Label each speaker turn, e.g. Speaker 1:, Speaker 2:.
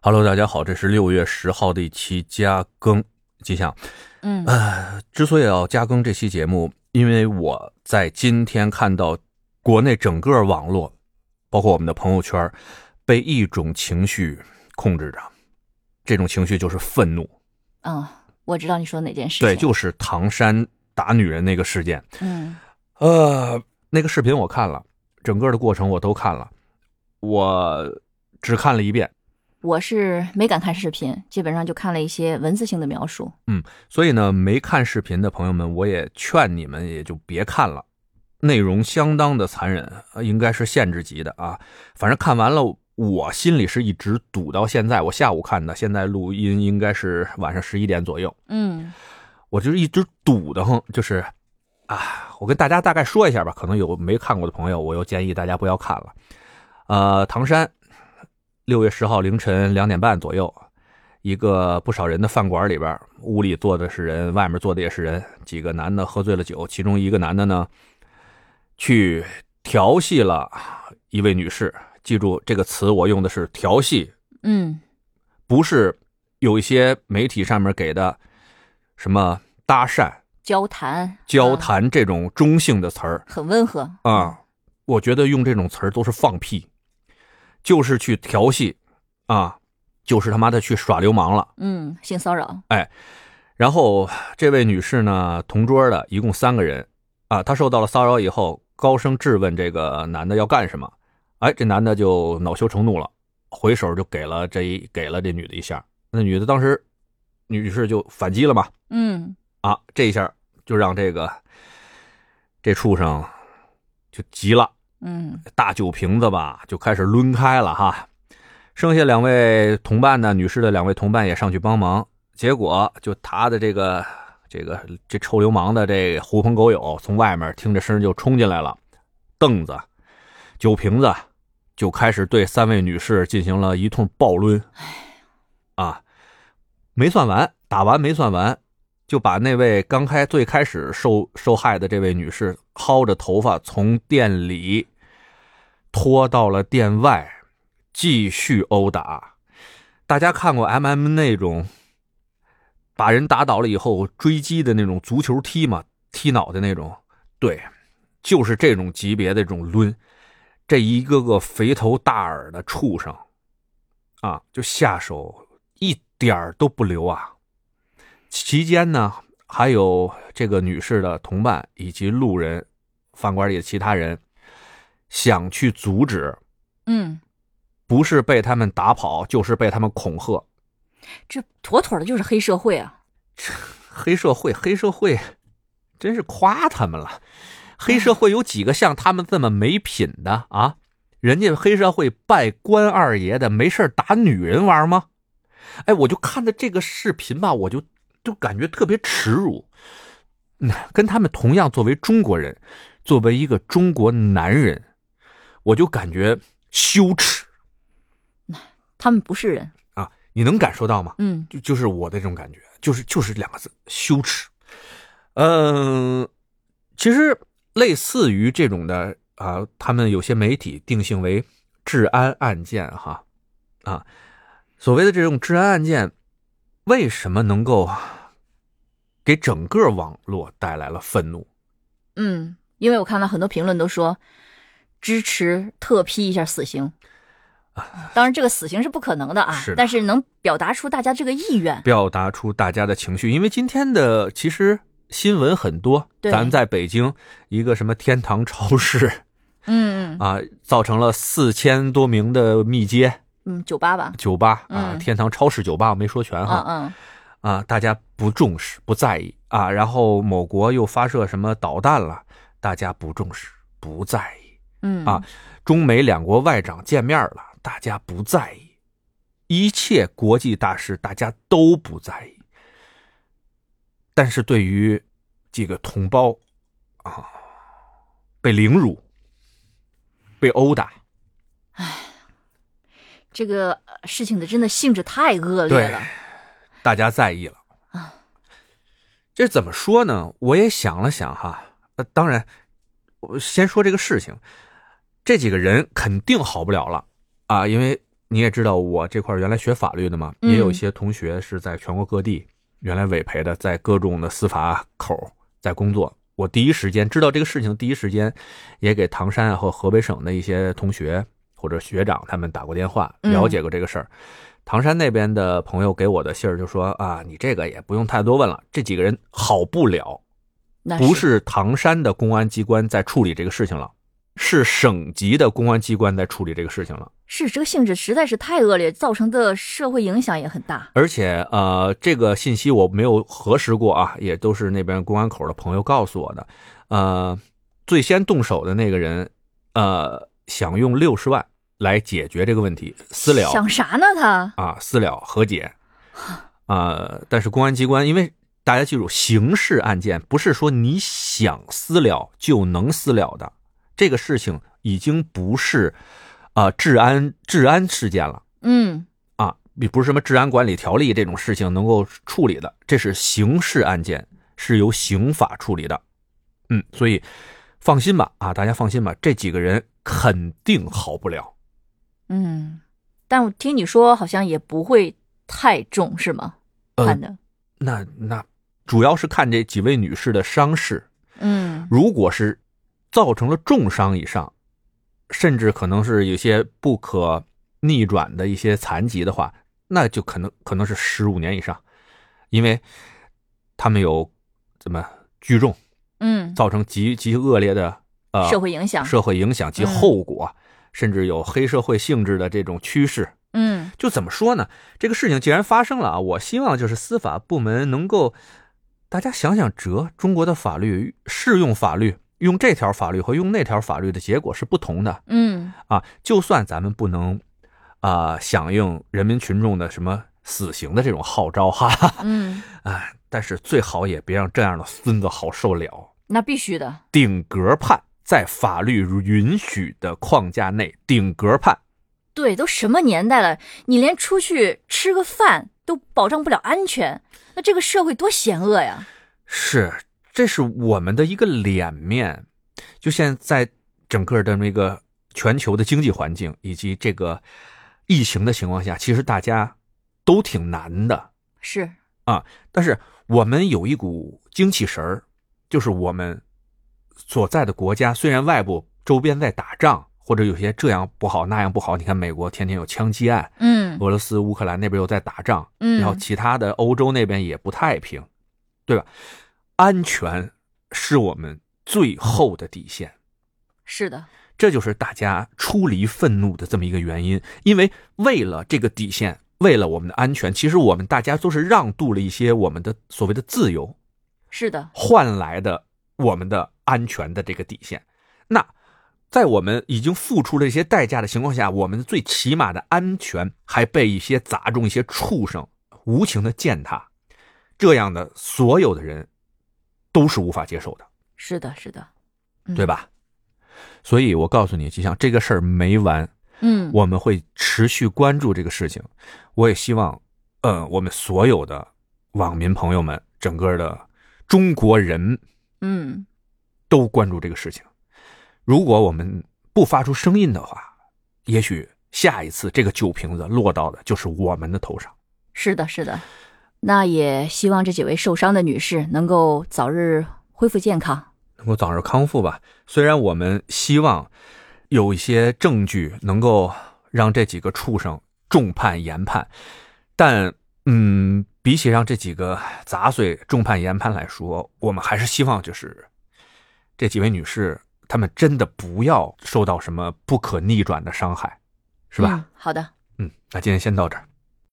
Speaker 1: Hello，大家好，这是六月十号的一期加更吉祥。
Speaker 2: 嗯
Speaker 1: 呃，之所以要加更这期节目，因为我在今天看到国内整个网络，包括我们的朋友圈，被一种情绪控制着，这种情绪就是愤怒。
Speaker 2: 哦，我知道你说哪件事情。
Speaker 1: 对，就是唐山打女人那个事件。
Speaker 2: 嗯
Speaker 1: 呃，那个视频我看了，整个的过程我都看了，我只看了一遍。
Speaker 2: 我是没敢看视频，基本上就看了一些文字性的描述。
Speaker 1: 所以呢，没看视频的朋友们，我也劝你们也就别看了，内容相当的残忍，呃应该是限制级的啊。反正看完了，我心里是一直堵到现在。我下午看的，现在录音应该是晚上十一点左右，
Speaker 2: 嗯
Speaker 1: 我就是一直堵得慌，就是啊，我跟大家大概说一下吧，可能有没看过的朋友，我又建议大家不要看了。呃，唐山，六月十号凌晨两点半左右，一个不少人的饭馆里边，屋里坐的是人，外面坐的也是人。几个男的喝醉了酒，其中一个男的呢，去调戏了一位女士。记住这个词，我用的是调戏，
Speaker 2: 嗯
Speaker 1: 不是有一些媒体上面给的什么搭讪、
Speaker 2: 交谈
Speaker 1: 交、
Speaker 2: 啊
Speaker 1: 谈这种中性的词儿
Speaker 2: 很温和。
Speaker 1: 啊，我觉得用这种词儿都是放屁，就是去调戏啊，就是他妈的去耍流氓了。
Speaker 2: 嗯，性骚扰。
Speaker 1: 哎然后这位女士呢，同桌的一共三个人啊，她受到了骚扰以后，高声质问这个男的要干什么。哎，这男的就恼羞成怒了，回手就给了这一给了这女的一下。那女的当时，女士就反击了嘛，
Speaker 2: 嗯
Speaker 1: 啊，这一下就让这个这畜生就急了，
Speaker 2: 嗯
Speaker 1: 大酒瓶子吧就开始抡开了哈。剩下两位同伴呢，女士的两位同伴也上去帮忙，结果就他的这个这个这臭流氓的这狐朋狗友从外面听着声就冲进来了，凳子、酒瓶子就开始对三位女士进行了一通暴抡。啊，没算完，打完没算完，就把那位刚开最开始受受害的这位女士薅着头发从店里拖到了店外，继续殴打。大家看过 MM 那种把人打倒了以后追击的那种足球踢嘛，踢脑袋那种，对，就是这种级别的这种抡，这一个个肥头大耳的畜生，啊，就下手一点儿都不留啊。期间呢，还有这个女士的同伴以及路人、饭馆里的其他人想去阻止，
Speaker 2: 嗯，
Speaker 1: 不是被他们打跑，就是被他们恐吓。
Speaker 2: 这妥妥的就是黑社会啊！
Speaker 1: 黑社会，黑社会，真是夸他们了。黑社会有几个像他们这么没品的啊？人家黑社会拜关二爷的，没事儿打女人玩吗？哎，我就看的这个视频吧，我就就感觉特别耻辱。嗯跟他们同样作为中国人，作为一个中国男人，我就感觉羞耻
Speaker 2: 他们不是人。
Speaker 1: 啊！你能感受到吗？
Speaker 2: 嗯
Speaker 1: 就就是我的这种感觉，就是就是两个字羞耻。嗯、其实类似于这种的啊、他们有些媒体定性为治安案件哈啊，所谓的这种治安案件，为什么能够给整个网络带来了愤怒？
Speaker 2: 嗯，因为我看到很多评论都说支持特批一下死刑。当然，这个死刑是不可能的啊，
Speaker 1: 啊是的
Speaker 2: 但是能表达出大家这个意愿。
Speaker 1: 表达出大家的情绪，因为今天的其实新闻很多，
Speaker 2: 对
Speaker 1: 咱们在北京一个什么天堂超市。
Speaker 2: 嗯嗯
Speaker 1: 啊，造成了四千多名的密接
Speaker 2: 嗯，酒吧吧。
Speaker 1: 酒吧啊，
Speaker 2: 嗯
Speaker 1: 天堂超市酒吧，我没说全哈
Speaker 2: 嗯嗯
Speaker 1: 啊，大家不重视不在意啊，然后某国又发射什么导弹了，大家不重视不在意，
Speaker 2: 嗯
Speaker 1: 啊中美两国外长见面了，大家不在意，一切国际大事大家都不在意，但是对于这个同胞啊，被凌辱、被殴打，
Speaker 2: 这个呃事情的真的性质太恶劣
Speaker 1: 对
Speaker 2: 了。
Speaker 1: 大家在意了。这怎么说呢？我也想了想哈，呃，当然，我先说这个事情，这几个人肯定好不了了啊，因为你也知道我这块儿原来学法律的嘛，
Speaker 2: 嗯
Speaker 1: 也有一些同学是在全国各地原来委培的，在各种的司法口儿在工作。我第一时间知道这个事情，第一时间也给唐山啊和河北省的一些同学或者学长他们打过电话，
Speaker 2: 嗯
Speaker 1: 了解过这个事儿。唐山那边的朋友给我的信儿就说啊，你这个也不用太多问了，这几个人好不了，
Speaker 2: 那
Speaker 1: 不
Speaker 2: 啊是
Speaker 1: 是唐山的公安机关在处理这个事情了，是省级的公安机关在处理这个事情了。
Speaker 2: 是这个性质实在是太恶劣，造成的社会影响也很大。
Speaker 1: 而且呃，这个信息我没有核实过啊，也都是那边公安口的朋友告诉我的。呃，最先动手的那个人，呃，想用六十万来解决这个问题，私了
Speaker 2: 想啥呢他？
Speaker 1: 啊，私了和解。啊，但是公安机关因为。大家记住，刑事案件不是说你想私了就能私了的，这个事情已经不是，啊、治安治安事件了。
Speaker 2: 嗯，
Speaker 1: 啊，也不是什么治安管理条例这种事情能够处理的，这是刑事案件，是由刑法处理的。嗯，所以放心吧，啊，大家放心吧，这几个人肯定好不了。
Speaker 2: 嗯，但我听你说好像也不会太重，是吗？
Speaker 1: 呃
Speaker 2: 判的，
Speaker 1: 那那主要是看这几位女士的伤势，
Speaker 2: 嗯
Speaker 1: 如果是造成了重伤以上，甚至可能是有些不可逆转的一些残疾的话，那就可能可能是十五年以上，因为他们有怎么聚众。
Speaker 2: 嗯，
Speaker 1: 造成极极恶劣的呃
Speaker 2: 社会影响，嗯
Speaker 1: 社会影响及后果，啊甚至有黑社会性质的这种趋势。
Speaker 2: 嗯
Speaker 1: 就怎么说呢？这个事情既然发生了啊，我希望就是司法部门能够，大家想想辙，中国的法律适用法律。用这条法律和用那条法律的结果是不同的
Speaker 2: 嗯
Speaker 1: 啊！就算咱们不能，啊、响应人民群众的什么死刑的这种号召哈哈 哈
Speaker 2: 嗯，
Speaker 1: 啊，但是最好也别让这样的孙子好受了。
Speaker 2: 那必须的，
Speaker 1: 顶格判，在法律允许的框架内顶格判。
Speaker 2: 对，都什么年代了，你连出去吃个饭都保障不了安全，那这个社会多险恶呀！
Speaker 1: 是，这是我们的一个脸面。就现在整个的这么一个全球的经济环境以及这个疫情的情况下，其实大家都挺难的。
Speaker 2: 是，
Speaker 1: 但是我们有一股精气神儿，就是我们所在的国家虽然外部周边在打仗，或者有些这样不好那样不好，你看美国天天有枪击案，
Speaker 2: 嗯
Speaker 1: 俄罗斯、乌克兰那边又在打仗，
Speaker 2: 嗯
Speaker 1: 然后其他的欧洲那边也不太平，对吧？安全是我们最后的底线，
Speaker 2: 是的，
Speaker 1: 这就是大家出离愤怒的这么一个原因。因为为了这个底线，为了我们的安全，其实我们大家都是让渡了一些我们的所谓的自由，
Speaker 2: 是的，
Speaker 1: 换来的我们的安全的这个底线。那在我们已经付出了一些代价的情况下，我们最起码的安全还被一些杂种、一些畜生无情的践踏，这样的所有的人都是无法接受的，
Speaker 2: 是的，是的，嗯
Speaker 1: 对吧？所以我告诉你，吉祥，这个事儿没完，
Speaker 2: 嗯，
Speaker 1: 我们会持续关注这个事情。我也希望，呃，我们所有的网民朋友们，整个的中国人
Speaker 2: 嗯，
Speaker 1: 都关注这个事情。如果我们不发出声音的话，也许下一次这个酒瓶子落到的就是我们的头上。
Speaker 2: 是的，是的。那也希望这几位受伤的女士能够早日恢复健康。
Speaker 1: 能够早日康复吧。虽然我们希望有一些证据能够让这几个畜生重判严判，但嗯，比起让这几个杂碎重判严判来说，我们还是希望就是这几位女士她们真的不要受到什么不可逆转的伤害，是吧？
Speaker 2: 嗯好的，
Speaker 1: 嗯，那今天先到这儿。